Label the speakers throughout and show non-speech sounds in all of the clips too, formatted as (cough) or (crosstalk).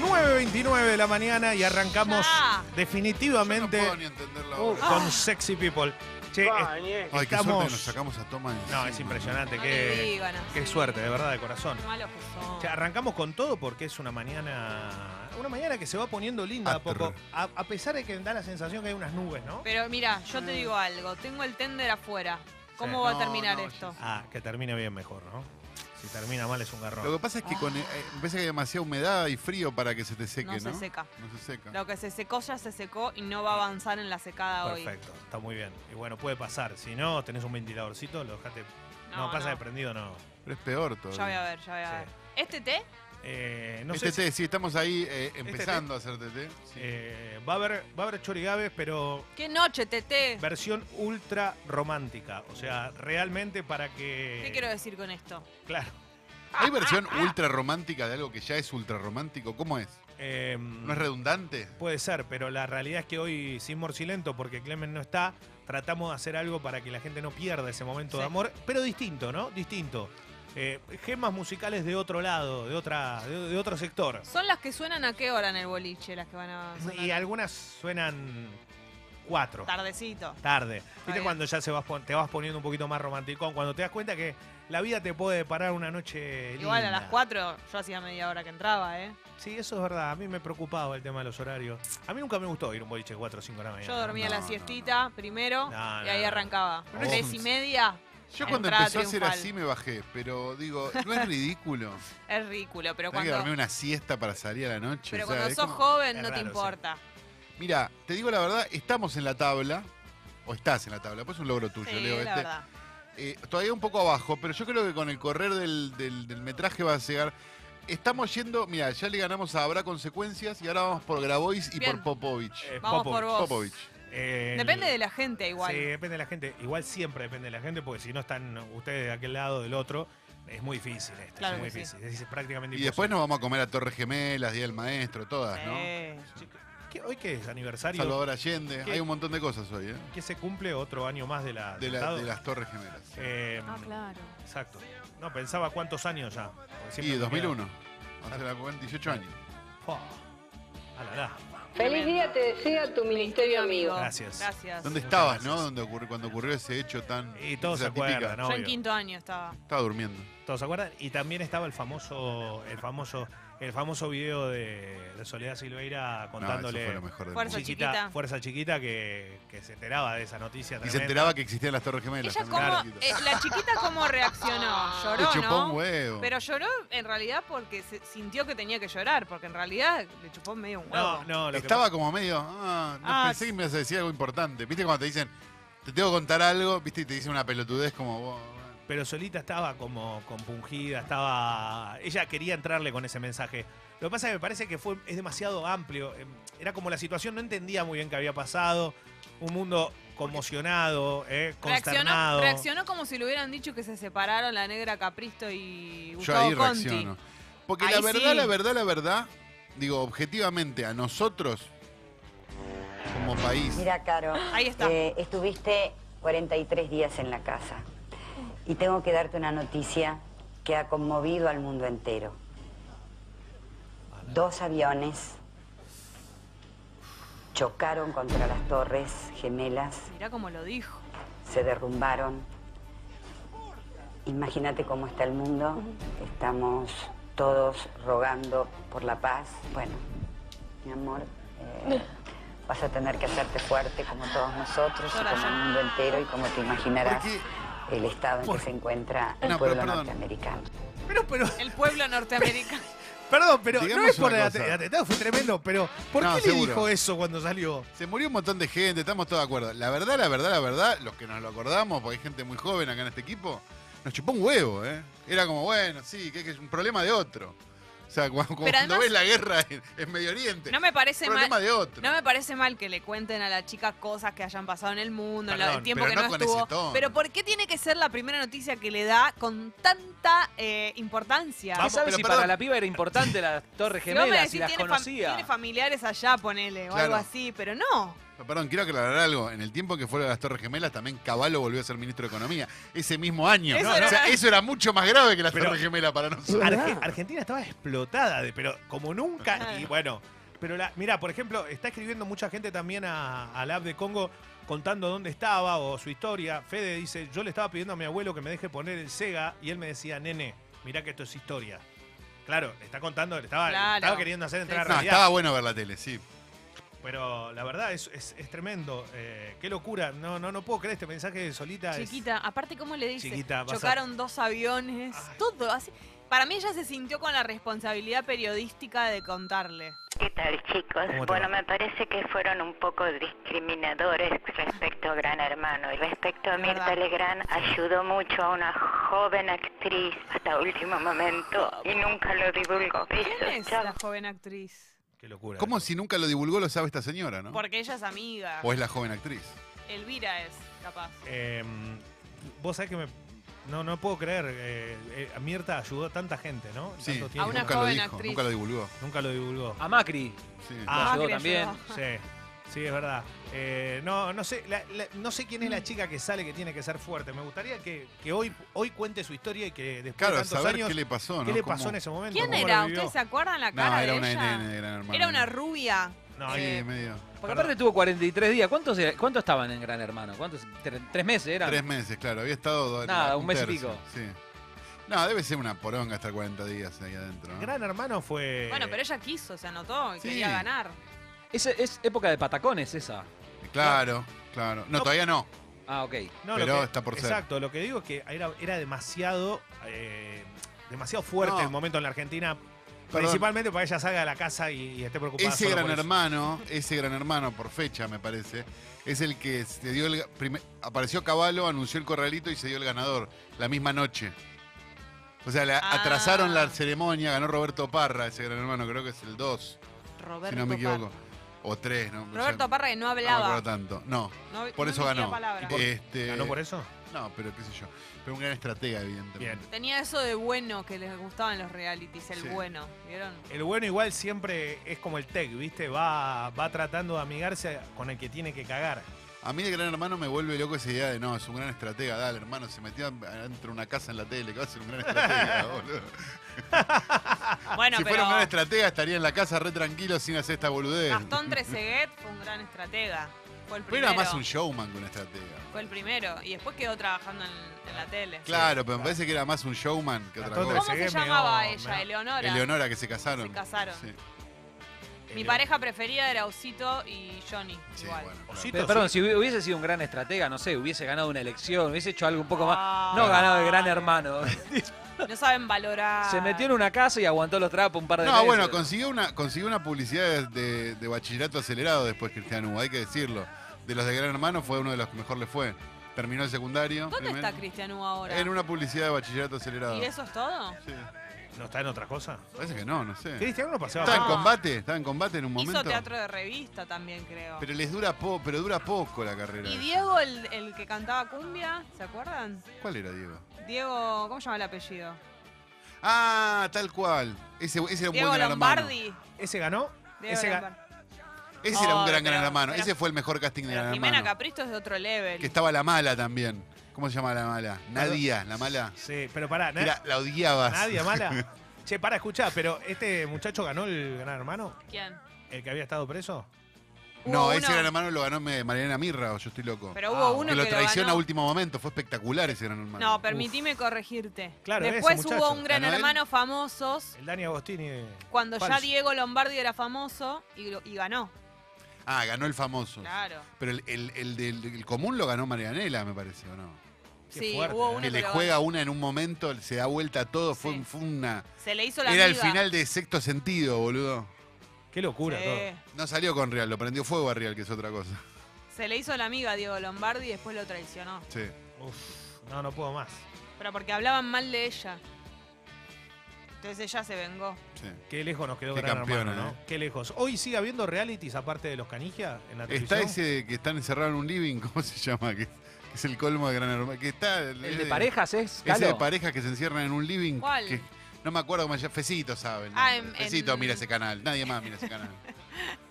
Speaker 1: 9.29 de la mañana y arrancamos
Speaker 2: Ya. Ah.
Speaker 3: No
Speaker 1: definitivamente
Speaker 3: puedo ni entender la
Speaker 4: Oh,
Speaker 3: hora.
Speaker 1: con Sexy People.
Speaker 3: Eh,
Speaker 1: Che, es-
Speaker 4: Bañe.
Speaker 3: Ay, qué suerte que
Speaker 1: estamos-
Speaker 3: nos sacamos a toma
Speaker 1: no,
Speaker 3: encima.
Speaker 1: es impresionante.
Speaker 2: No me
Speaker 1: qué,
Speaker 2: digan así.
Speaker 1: qué suerte, de verdad, de corazón.
Speaker 2: Qué malos que son.
Speaker 1: Che, arrancamos con todo porque es una mañana. Una mañana que se va poniendo linda a
Speaker 3: Ater.
Speaker 1: poco. A, a pesar de que da la sensación que hay unas nubes, ¿no?
Speaker 2: Pero mira, yo te digo algo. Tengo el tender afuera. ¿Cómo
Speaker 1: Sí.
Speaker 2: va a
Speaker 3: No,
Speaker 2: terminar
Speaker 3: no,
Speaker 2: esto?
Speaker 1: Ah, que termine bien mejor, ¿no? Si termina mal es un
Speaker 3: Lo
Speaker 1: garrón.
Speaker 3: que pasa es que con, eh, parece que hay demasiada humedad y frío para que se te seque, ¿no?
Speaker 2: No se seca.
Speaker 3: No se seca.
Speaker 2: Lo que se secó ya se secó y no va a avanzar en la secada
Speaker 1: Perfecto, está muy bien. Y bueno, puede pasar. Si no, tenés un ventiladorcito, lo dejaste.
Speaker 2: hoy.
Speaker 1: No, pasa de
Speaker 2: no.
Speaker 1: prendido, no.
Speaker 3: Pero es peor todo.
Speaker 2: Ya voy a ver, ya voy a ver.
Speaker 1: Sí.
Speaker 2: ¿Este té?
Speaker 1: Eh, no
Speaker 3: este
Speaker 1: sé si- Este
Speaker 3: té, sí, estamos ahí eh, empezando a hacer TT. Sí.
Speaker 1: eh, va a haber, va a haber chorigaves, pero
Speaker 2: ¿Qué noche, Tete?
Speaker 1: versión ultra romántica. O sea, realmente para que.
Speaker 2: ¿Qué quiero decir con esto?
Speaker 1: Claro.
Speaker 3: ¿Hay versión ultra romántica de algo que ya es ultra romántico? ¿Cómo es?
Speaker 1: eh,
Speaker 3: ¿No es redundante?
Speaker 1: Puede ser, pero la realidad es que hoy, sin Morcilento, porque Clemen no está, tratamos de hacer algo para que la gente no pierda ese momento de
Speaker 2: Sí.
Speaker 1: amor, pero distinto, ¿no? Distinto. Eh, gemas musicales de otro lado, de, otra, de, de otro sector.
Speaker 2: ¿Son las que suenan a qué hora en el boliche las que van a sonar?
Speaker 1: Y algunas suenan cuatro.
Speaker 2: Tardecito.
Speaker 1: Tarde. Viste
Speaker 2: bien.
Speaker 1: cuando ya se vas pon- te vas poniendo un poquito más romanticón, cuando te das cuenta que la vida te puede parar una noche.
Speaker 2: Igual a
Speaker 1: linda.
Speaker 2: las 4 yo hacía media hora que entraba, ¿eh?
Speaker 1: Sí, eso es verdad. A mí me preocupaba el tema de los horarios. A mí nunca me gustó ir a un boliche 4 o 5 de la mañana.
Speaker 2: Yo dormía
Speaker 3: no,
Speaker 2: la
Speaker 3: no,
Speaker 2: siestita primero
Speaker 1: No,
Speaker 2: y
Speaker 1: no,
Speaker 2: ahí
Speaker 1: no.
Speaker 2: arrancaba.
Speaker 3: Pero
Speaker 2: Tres
Speaker 3: es-
Speaker 2: y media
Speaker 3: Yo cuando
Speaker 2: Entrada
Speaker 3: empezó a
Speaker 2: triunfal.
Speaker 3: hacer así me bajé, pero digo,
Speaker 2: (laughs)
Speaker 3: no es ridículo.
Speaker 2: es ridículo, pero
Speaker 3: Tenés que dormir
Speaker 2: cuando,
Speaker 3: una siesta para salir a la noche.
Speaker 2: pero
Speaker 3: o sea,
Speaker 2: cuando
Speaker 3: es
Speaker 2: sos
Speaker 3: como-
Speaker 2: joven
Speaker 1: es
Speaker 2: no
Speaker 1: raro,
Speaker 2: te
Speaker 1: sí.
Speaker 2: importa.
Speaker 3: Mira, te digo la verdad, estamos en la tabla, o estás en la tabla, pues es un logro tuyo,
Speaker 2: Sí,
Speaker 3: Leo.
Speaker 2: la
Speaker 3: este.
Speaker 2: verdad.
Speaker 3: Eh, todavía un poco abajo, pero yo creo que con el correr del, del- del metraje va a llegar. Estamos yendo, mira, ya le ganamos a Habrá Consecuencias y ahora vamos por Grabois y
Speaker 2: Bien.
Speaker 3: por Popovich.
Speaker 1: Eh,
Speaker 2: Vamos por vos.
Speaker 3: Popovich.
Speaker 1: El-
Speaker 2: Depende de la gente igual.
Speaker 1: Sí, depende de la gente. Igual siempre depende de la gente, porque si no están ustedes de aquel lado del otro, es muy difícil esto.
Speaker 2: Claro
Speaker 1: es muy
Speaker 2: que sí.
Speaker 1: difícil. Es prácticamente
Speaker 3: Y después
Speaker 1: imposible.
Speaker 3: nos vamos a comer a Torre Gemelas, Día del Maestro, todas, ¿no?
Speaker 2: Eh,
Speaker 1: ¿Qué- ¿Hoy qué es? ¿Aniversario?
Speaker 3: Salvador Allende,
Speaker 1: ¿Qué?
Speaker 3: hay un montón de cosas hoy, ¿eh?
Speaker 1: que se cumple otro año más de la.
Speaker 3: De,
Speaker 1: del
Speaker 3: la-
Speaker 1: Estado?
Speaker 3: de las Torres Gemelas.
Speaker 1: Eh,
Speaker 2: Ah, claro.
Speaker 1: Exacto. No, pensaba cuántos años ya. porque siempre
Speaker 3: Y
Speaker 1: me
Speaker 3: 2001, hace la 48 años.
Speaker 1: quedan- Fua. Ah, la, la.
Speaker 5: Feliz día te desea tu ministerio amigo.
Speaker 1: Gracias.
Speaker 2: Gracias.
Speaker 3: ¿Dónde
Speaker 1: Muchas
Speaker 3: estabas, no?
Speaker 1: gracias.
Speaker 3: ¿Dónde ocurrió, cuando ocurrió ese hecho tan.
Speaker 1: Y todos se
Speaker 3: esa típica?
Speaker 1: acuerdan,
Speaker 2: Yo en
Speaker 1: obvio.
Speaker 2: quinto año estaba.
Speaker 3: Estaba durmiendo.
Speaker 1: ¿Todos se acuerdan? Y también estaba el famoso, el famoso, el famoso video de, de Soledad Silveira
Speaker 3: No, eso
Speaker 1: contándole.
Speaker 3: fue lo mejor del
Speaker 2: Fuerza
Speaker 3: mundo.
Speaker 2: chiquita.
Speaker 1: Fuerza chiquita que, que se enteraba de esa noticia.
Speaker 3: Y se
Speaker 1: tremenda.
Speaker 3: enteraba que existían las Torres Gemelas.
Speaker 2: Ella
Speaker 3: también.
Speaker 2: cómo, eh, la chiquita cómo reaccionó,
Speaker 3: (laughs) Te
Speaker 2: lloró,
Speaker 3: chupó un
Speaker 2: ¿no?
Speaker 3: huevo.
Speaker 2: Pero lloró en realidad porque se- sintió que tenía que llorar, porque en realidad le chupó medio un huevo.
Speaker 1: No, no, lo que
Speaker 3: Estaba como medio. Ah, no,
Speaker 2: Ah,
Speaker 3: pensé que me ibas a decir algo importante. ¿Viste cuando te dicen, te tengo que contar algo? ¿Viste? Y te dicen una pelotudez como. "Vos, bueno".
Speaker 1: Pero Solita estaba como compungida, estaba. Ella quería entrarle con ese mensaje. Lo que pasa es que me parece que fue, es demasiado amplio. Em, Era como la situación, no entendía muy bien qué había pasado. Un mundo conmocionado, eh,
Speaker 2: Reaccionó,
Speaker 1: consternado.
Speaker 2: reaccionó como si le hubieran dicho que se separaron la negra Capristo y
Speaker 3: Yo
Speaker 2: Gustavo
Speaker 3: ahí
Speaker 2: Conti.
Speaker 3: reacciono. Porque
Speaker 2: Ahí
Speaker 3: la verdad,
Speaker 2: sí.
Speaker 3: la verdad, la verdad, digo, objetivamente, a nosotros, como país.
Speaker 6: Mira, Caro.
Speaker 2: Ahí está.
Speaker 6: eh, estuviste 43 días en la casa. Y tengo que darte una noticia que ha conmovido al mundo entero. Dos aviones chocaron contra las torres gemelas,
Speaker 2: Mirá cómo lo dijo.
Speaker 6: se derrumbaron. Imagínate cómo está el mundo. Estamos todos rogando por la paz. Bueno, mi amor, eh, vas a tener que hacerte fuerte como todos nosotros y
Speaker 2: Llora,
Speaker 6: como el
Speaker 2: llora.
Speaker 6: mundo entero y como te imaginarás
Speaker 3: Porque-
Speaker 6: el estado en
Speaker 1: Por-
Speaker 6: que se encuentra
Speaker 3: No,
Speaker 6: el
Speaker 3: pero
Speaker 6: pueblo
Speaker 3: perdón.
Speaker 6: norteamericano.
Speaker 1: Pero, pero,
Speaker 2: El pueblo
Speaker 3: (laughs)
Speaker 2: norteamericano.
Speaker 1: perdón, pero
Speaker 3: Digamos
Speaker 1: no es por
Speaker 3: una
Speaker 1: el
Speaker 3: cosa.
Speaker 1: ate- el atentado, fue tremendo, pero ¿por
Speaker 3: No,
Speaker 1: qué le
Speaker 3: seguro.
Speaker 1: dijo eso cuando salió?
Speaker 3: Se murió un montón de gente, estamos todos de acuerdo. La verdad, la verdad, la verdad, los que nos lo acordamos, porque hay gente muy joven acá en este equipo, nos chupó un huevo, ¿eh? Era como, bueno, sí, que que es un problema de otro. O sea, cu- cuando,
Speaker 2: además-
Speaker 3: ves la guerra en, en Medio Oriente,
Speaker 2: No me parece
Speaker 3: problema
Speaker 2: mal.
Speaker 3: de otro.
Speaker 2: No me parece mal que le cuenten a la chica cosas que hayan pasado en el mundo, en la-
Speaker 1: Perdón,
Speaker 2: el tiempo
Speaker 3: pero
Speaker 2: que
Speaker 3: no
Speaker 2: no,
Speaker 3: con ese tono.
Speaker 2: estuvo. Pero ¿por qué tiene que ser la primera noticia que le da con tanta eh, importancia?
Speaker 1: Vamos,
Speaker 4: ¿Qué sabes
Speaker 3: pero
Speaker 4: si
Speaker 3: perdón.
Speaker 4: para la piba era importante las Torres
Speaker 2: Si vos me
Speaker 4: Gemelas, si,
Speaker 2: decís
Speaker 4: las
Speaker 2: tiene, fam-
Speaker 4: conocía?
Speaker 2: tiene familiares allá, ponele, o
Speaker 3: Claro.
Speaker 2: algo así, pero no.
Speaker 3: Ah, Perdón, quiero aclarar algo. En el tiempo que fue lo de las Torres Gemelas, también Caballo volvió a ser ministro de Economía. Ese mismo año.
Speaker 2: Eso
Speaker 3: O sea,
Speaker 2: era-
Speaker 3: eso era mucho más grave que las
Speaker 1: Pero-
Speaker 3: Torres Gemelas para nosotros.
Speaker 1: Arge- Argentina estaba explotada, de, pero como nunca. Y bueno, pero la, mira, por ejemplo, está escribiendo mucha gente también a- al app de Congo contando dónde estaba o su historia. Fede dice, yo le estaba pidiendo a mi abuelo que me deje poner el Sega y él me decía, nene, mirá que esto es historia. Claro, le está contando, le estaba, le
Speaker 2: Claro.
Speaker 1: estaba queriendo hacer entrar a
Speaker 2: Sí,
Speaker 3: No,
Speaker 1: realidad.
Speaker 3: estaba bueno ver la tele, sí.
Speaker 1: Pero la verdad es, es- es tremendo. eh, qué locura. No, no, no puedo creer este mensaje solita. es-
Speaker 2: Chiquita, aparte, ¿cómo le dice?
Speaker 1: Chiquita, vas a-
Speaker 2: Chocaron dos aviones,
Speaker 1: Ay.
Speaker 2: todo así. Para mí ella se sintió con la responsabilidad periodística de contarle.
Speaker 4: ¿Qué tal, chicos?
Speaker 1: ¿Cómo te
Speaker 4: Bueno,
Speaker 1: va?
Speaker 4: me parece que fueron un poco discriminadores respecto a Gran Hermano. Y respecto a
Speaker 2: Es verdad.
Speaker 4: Mirta Legrand, ayudó mucho a una joven actriz hasta último momento y nunca lo divulgó.
Speaker 2: ¿Quién
Speaker 4: Besos,
Speaker 2: es
Speaker 4: chao.
Speaker 2: la joven actriz?
Speaker 1: Qué locura.
Speaker 3: ¿Cómo si nunca lo divulgó lo sabe esta señora, no?
Speaker 2: Porque ella es amiga.
Speaker 3: ¿O es la joven actriz?
Speaker 2: Elvira es, capaz.
Speaker 1: Eh, vos sabés que me. No, no puedo creer. eh, eh, Mirta ayudó a tanta gente, ¿no?
Speaker 3: Sí,
Speaker 1: Tanto
Speaker 2: A
Speaker 1: tiempo.
Speaker 2: una
Speaker 3: nunca lo
Speaker 2: joven
Speaker 3: dijo,
Speaker 2: actriz.
Speaker 3: nunca lo divulgó.
Speaker 1: Nunca lo divulgó.
Speaker 7: A Macri.
Speaker 3: Sí.
Speaker 1: Ah,
Speaker 7: lo ayudó
Speaker 2: Macri
Speaker 7: también.
Speaker 2: ayudó.
Speaker 1: Sí, sí, es verdad. Eh, no, no sé, la- la- no sé quién es la chica que sale que tiene que ser fuerte. Me gustaría que, que hoy, hoy cuente su historia y que después
Speaker 3: Claro,
Speaker 1: de tantos
Speaker 3: saber
Speaker 1: años.
Speaker 3: qué le pasó, ¿no?
Speaker 1: ¿Qué le
Speaker 3: Cómo-
Speaker 1: pasó en ese momento?
Speaker 2: ¿Quién
Speaker 1: ¿Cómo lo
Speaker 2: era?
Speaker 1: vivió?
Speaker 2: ¿Ustedes se acuerdan la
Speaker 3: No,
Speaker 2: cara
Speaker 3: era
Speaker 2: de
Speaker 3: una
Speaker 2: ella?
Speaker 3: nene de Gran Hermano.
Speaker 2: Era una rubia.
Speaker 1: No,
Speaker 3: Sí,
Speaker 2: eh,
Speaker 3: medio.
Speaker 7: Porque
Speaker 1: Perdón.
Speaker 7: aparte tuvo 43 días. ¿Cuántos, era- cuántos estaban en Gran Hermano? ¿Cuántos? Tre- ¿Tres meses eran?
Speaker 3: Tres meses, claro. Había estado. do-
Speaker 7: Nada, un mes y
Speaker 3: tercio,
Speaker 7: pico.
Speaker 3: Sí. No, debe ser una poronga estar 40 días ahí adentro. ¿no?
Speaker 1: Gran hermano fue.
Speaker 2: Bueno, pero ella quiso, se anotó y
Speaker 3: Sí.
Speaker 2: quería ganar.
Speaker 7: Es, es época de patacones esa.
Speaker 3: Claro, claro. No,
Speaker 1: No.
Speaker 3: todavía no.
Speaker 7: Ah, ok.
Speaker 1: No,
Speaker 3: pero
Speaker 1: lo que-
Speaker 3: está por ser.
Speaker 1: Exacto, lo que digo es que era, era demasiado, eh, demasiado fuerte
Speaker 3: No.
Speaker 1: el momento en la Argentina.
Speaker 3: Perdón.
Speaker 1: Principalmente para que ella salga de la casa y, y esté preocupada.
Speaker 3: Ese
Speaker 1: solo
Speaker 3: gran
Speaker 1: por eso.
Speaker 3: hermano, ese gran hermano, por fecha me parece, es el que se dio el. ga- prime- apareció Caballo, anunció el corralito y se dio el ganador la misma noche. O sea, la-
Speaker 2: Ah.
Speaker 3: atrasaron la ceremonia, ganó Roberto Parra, ese gran hermano, creo que es el 2,
Speaker 2: Roberto
Speaker 3: si no me equivoco.
Speaker 2: Parra.
Speaker 3: O 3, ¿no? O sea,
Speaker 2: Roberto Parra que no
Speaker 3: No me
Speaker 2: hablaba.
Speaker 3: acuerdo tanto. No,
Speaker 2: No-
Speaker 3: por
Speaker 2: no
Speaker 3: eso
Speaker 2: emitía
Speaker 3: ganó.
Speaker 2: palabra.
Speaker 3: Este,
Speaker 1: ¿Ganó Ah, por eso?
Speaker 3: No, pero qué sé yo. Pero un gran estratega, evidentemente.
Speaker 1: Bien.
Speaker 2: Tenía eso de bueno que les gustaban los realities, el
Speaker 3: Sí.
Speaker 2: bueno. ¿Vieron?
Speaker 1: El bueno igual siempre es como el tech, ¿viste? Va, va tratando de amigarse con el que tiene que cagar.
Speaker 3: A mí de gran hermano me vuelve loco esa idea de no, es un gran estratega, dale, hermano, se metió dentro de una casa en la tele, que va a ser un
Speaker 2: (laughs)
Speaker 3: gran estratega, boludo.
Speaker 2: Bueno,
Speaker 3: Ah, si fuera
Speaker 2: pero
Speaker 3: un gran estratega estaría en la casa re tranquilo sin hacer esta boludez.
Speaker 2: Gastón Trezeguet fue un gran estratega. Fue el
Speaker 3: Pero
Speaker 2: primero.
Speaker 3: era más un showman que un estratega.
Speaker 2: Fue el primero. Y después quedó trabajando en, en la tele.
Speaker 3: Claro, pero me parece que era más un showman que otra
Speaker 1: Gastón
Speaker 3: cosa.
Speaker 2: ¿Cómo
Speaker 1: Trezeguet
Speaker 2: se
Speaker 1: me-
Speaker 2: llamaba
Speaker 1: oh,
Speaker 2: ella?
Speaker 1: me-
Speaker 2: Eleonora.
Speaker 3: Eleonora, que se casaron.
Speaker 2: Se casaron.
Speaker 3: Sí,
Speaker 2: Mi
Speaker 1: El-
Speaker 2: pareja preferida era Osito y Johnny.
Speaker 3: sí,
Speaker 2: igual.
Speaker 3: bueno, claro.
Speaker 1: Osito,
Speaker 7: Pero, perdón, si hubi- hubiese sido un gran estratega, no sé, hubiese ganado una elección, hubiese hecho algo un poco
Speaker 2: Ah.
Speaker 7: más. No ganado el gran hermano.
Speaker 2: No saben valorar.
Speaker 7: Se metió en una casa y aguantó los trapos un par de
Speaker 3: No,
Speaker 7: meses.
Speaker 3: bueno, consiguió una, consiguió una publicidad de, de bachillerato acelerado después Cristian Hugo, hay que decirlo. De los de Gran Hermano fue uno de los que mejor le fue. Terminó el secundario.
Speaker 2: ¿Dónde
Speaker 3: primero.
Speaker 2: está Cristian Hugo ahora?
Speaker 3: En una publicidad de bachillerato acelerado.
Speaker 2: ¿Y eso es todo?
Speaker 3: Sí.
Speaker 1: ¿No está en otra cosa?
Speaker 3: Parece que no, no sé.
Speaker 1: Cristian no paseaba.
Speaker 3: Estaba en
Speaker 2: No.
Speaker 3: combate, estaba en combate en un
Speaker 2: Hizo
Speaker 3: momento.
Speaker 2: teatro de revista también, creo.
Speaker 3: Pero les dura po pero dura poco la carrera.
Speaker 2: Y Diego, el, el que cantaba cumbia, ¿se acuerdan?
Speaker 3: ¿Cuál era Diego?
Speaker 2: Diego, ¿cómo se llama el apellido?
Speaker 3: Ah, tal cual. Ese, ese era un
Speaker 2: Diego
Speaker 3: buen gran hermano.
Speaker 2: Lombardi.
Speaker 1: ¿Ese ganó?
Speaker 2: Diego
Speaker 1: Ese ga-
Speaker 2: Lombardi.
Speaker 3: Ese era
Speaker 2: Oh,
Speaker 3: un gran gran
Speaker 2: pero-
Speaker 3: hermano.
Speaker 2: pero-
Speaker 3: ese fue el mejor casting de
Speaker 2: Pero
Speaker 3: gran
Speaker 2: Jimena
Speaker 3: hermano.
Speaker 2: Capristo es de otro level.
Speaker 3: Que estaba la mala también. ¿Cómo se llama la mala? Nadia, la mala.
Speaker 1: Sí, pero pará, na-
Speaker 3: Era- la odiabas.
Speaker 1: nadie
Speaker 3: (laughs)
Speaker 1: mala. che, para escuchar, pero ¿este muchacho ganó el gran hermano?
Speaker 2: ¿Quién?
Speaker 1: ¿El que había estado preso?
Speaker 3: No,
Speaker 2: Hubo
Speaker 3: ese
Speaker 2: uno-
Speaker 3: gran hermano lo ganó me- Mariana Mirra, o yo estoy loco.
Speaker 2: Pero
Speaker 1: Ah,
Speaker 2: hubo uno
Speaker 3: que lo
Speaker 2: que
Speaker 3: traiciona
Speaker 2: ganó.
Speaker 3: a último momento, fue espectacular ese gran hermano.
Speaker 2: No, permitime corregirte.
Speaker 1: Claro, ese
Speaker 2: Después
Speaker 1: muchacho.
Speaker 2: hubo un gran
Speaker 3: ¿Ganó él?
Speaker 2: hermano famosos
Speaker 1: El Dani Agostini.
Speaker 2: cuando ya
Speaker 1: Falso.
Speaker 2: Diego Lombardi era famoso y, lo- y ganó.
Speaker 3: Ah, ganó el famoso.
Speaker 2: Claro.
Speaker 3: Pero el, el- el del el común lo ganó Marianela, me parece, ¿o no?
Speaker 1: Qué
Speaker 2: Sí,
Speaker 1: fuerte,
Speaker 2: hubo
Speaker 1: ¿eh?
Speaker 2: uno
Speaker 3: que
Speaker 2: que
Speaker 3: le
Speaker 2: lo
Speaker 3: juega una en un momento, se da vuelta a todo, fue,
Speaker 2: Sí.
Speaker 3: un- fue una...
Speaker 2: Se le hizo la
Speaker 3: Era el
Speaker 2: amiga.
Speaker 3: final de sexto sentido, boludo.
Speaker 1: Qué locura
Speaker 2: Sí.
Speaker 1: todo.
Speaker 3: No salió con Real, lo prendió fuego a Real, que es otra cosa. (laughs)
Speaker 2: Se le hizo la amiga a Diego Lombardi y después lo traicionó.
Speaker 3: Sí.
Speaker 1: Uf, no, no puedo más.
Speaker 2: Pero porque hablaban mal de ella. Entonces ella se vengó.
Speaker 3: Sí.
Speaker 1: Qué lejos nos quedó
Speaker 3: Qué
Speaker 1: Gran
Speaker 3: campeona,
Speaker 1: Hermano, ¿no?
Speaker 3: ¿eh?
Speaker 1: Qué lejos. Hoy sigue habiendo realities aparte de los canigia en la
Speaker 3: Está
Speaker 1: televisión.
Speaker 3: ese que están encerrados en un living, (laughs) ¿cómo se llama? Que, que es el colmo de Gran Hermano. Que está,
Speaker 7: ¿El de parejas es?
Speaker 3: Ese de
Speaker 7: Calo?
Speaker 3: parejas que se encierran en un living.
Speaker 2: ¿Cuál?
Speaker 3: que- no me acuerdo cómo se llama. Fecito sabe. el
Speaker 2: Ah,
Speaker 3: nombre.
Speaker 2: en-
Speaker 3: Fecito
Speaker 2: en-
Speaker 3: mira ese canal. Nadie más mira ese canal.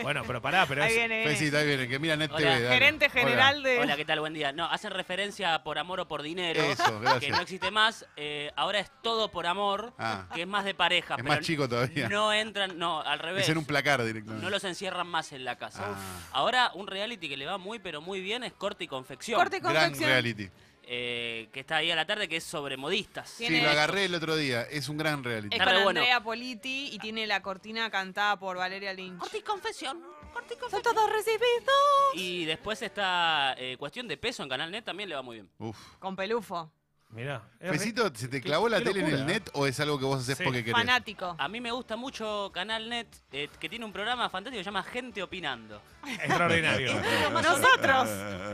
Speaker 1: Bueno, pero pará, pero
Speaker 2: Ahí
Speaker 1: es-
Speaker 2: viene, viene.
Speaker 3: Felicita, ahí vienen, que miran este
Speaker 8: Hola.
Speaker 2: Eh. Gerente general de.
Speaker 8: Hola, ¿qué tal? Buen día. No, hacen referencia a por amor o por dinero,
Speaker 3: Eso,
Speaker 8: que
Speaker 3: gracias.
Speaker 8: no existe más. eh, ahora es todo por amor,
Speaker 3: Ah.
Speaker 8: que es más de pareja.
Speaker 3: Es
Speaker 8: pero
Speaker 3: más chico todavía.
Speaker 8: No entran, no, al revés.
Speaker 3: es en un placar directamente.
Speaker 8: No los encierran más en la casa.
Speaker 3: Ah.
Speaker 8: Ahora, un reality que le va muy, pero muy bien es Corte y Confección.
Speaker 2: Corte y
Speaker 3: Gran
Speaker 2: confección.
Speaker 3: reality.
Speaker 8: eh, que está ahí a la tarde, que es sobre modistas.
Speaker 2: Tiene-
Speaker 3: Sí, lo agarré el otro día. Es un gran reality.
Speaker 2: Es
Speaker 8: Está
Speaker 2: con
Speaker 8: re bueno.
Speaker 2: Andrea Politi y tiene la cortina cantada por Valeria Lynch.
Speaker 8: Corte y Confección. Corte y
Speaker 2: Son
Speaker 8: Confección.
Speaker 2: todos recibidos.
Speaker 8: Y después está eh, Cuestión de Peso en Canal Net, también le va muy bien.
Speaker 3: Uf.
Speaker 2: Con pelufo.
Speaker 1: Mirá. es re-
Speaker 3: Fecito, ¿se te
Speaker 1: qué-
Speaker 3: clavó la
Speaker 1: qué
Speaker 3: tele en el
Speaker 1: locura.
Speaker 3: net o es algo que vos haces
Speaker 1: Sí.
Speaker 3: porque querés?
Speaker 2: Fanático.
Speaker 8: A mí me gusta mucho Canal Net, eh, que tiene un programa fantástico que se llama Gente Opinando.
Speaker 3: (laughs)
Speaker 1: Extraordinario. (laughs)
Speaker 2: Nosotros.
Speaker 8: Lo más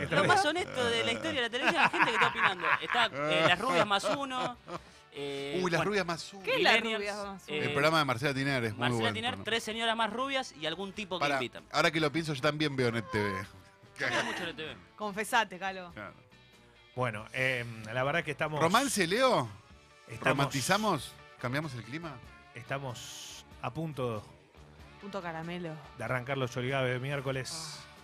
Speaker 1: Extraordinario.
Speaker 8: honesto de la historia de la televisión, la gente que está opinando. Está eh, Las Rubias más uno. eh,
Speaker 3: Uy, las
Speaker 8: bueno,
Speaker 3: rubias más uno.
Speaker 2: ¿Qué es Las
Speaker 8: Millennials,
Speaker 2: Rubias Más Uno?
Speaker 8: eh,
Speaker 3: El programa de Marcela Tiner es muy
Speaker 8: Marcela
Speaker 3: bueno.
Speaker 8: Tiner,
Speaker 3: ¿no?
Speaker 8: tres señoras más rubias y algún tipo que
Speaker 3: Pará,
Speaker 8: invitan.
Speaker 3: ahora que lo pienso, yo también veo Net TV.
Speaker 8: Está mucho en la TV.
Speaker 2: Confesate, Calo.
Speaker 3: Claro.
Speaker 1: Bueno, eh, la verdad que estamos.
Speaker 3: ¿Romance, Leo?
Speaker 1: estamos-
Speaker 3: ¿Romantizamos? ¿Cambiamos el clima?
Speaker 1: Estamos a punto
Speaker 2: Punto caramelo.
Speaker 1: de arrancar los choligaves de miércoles.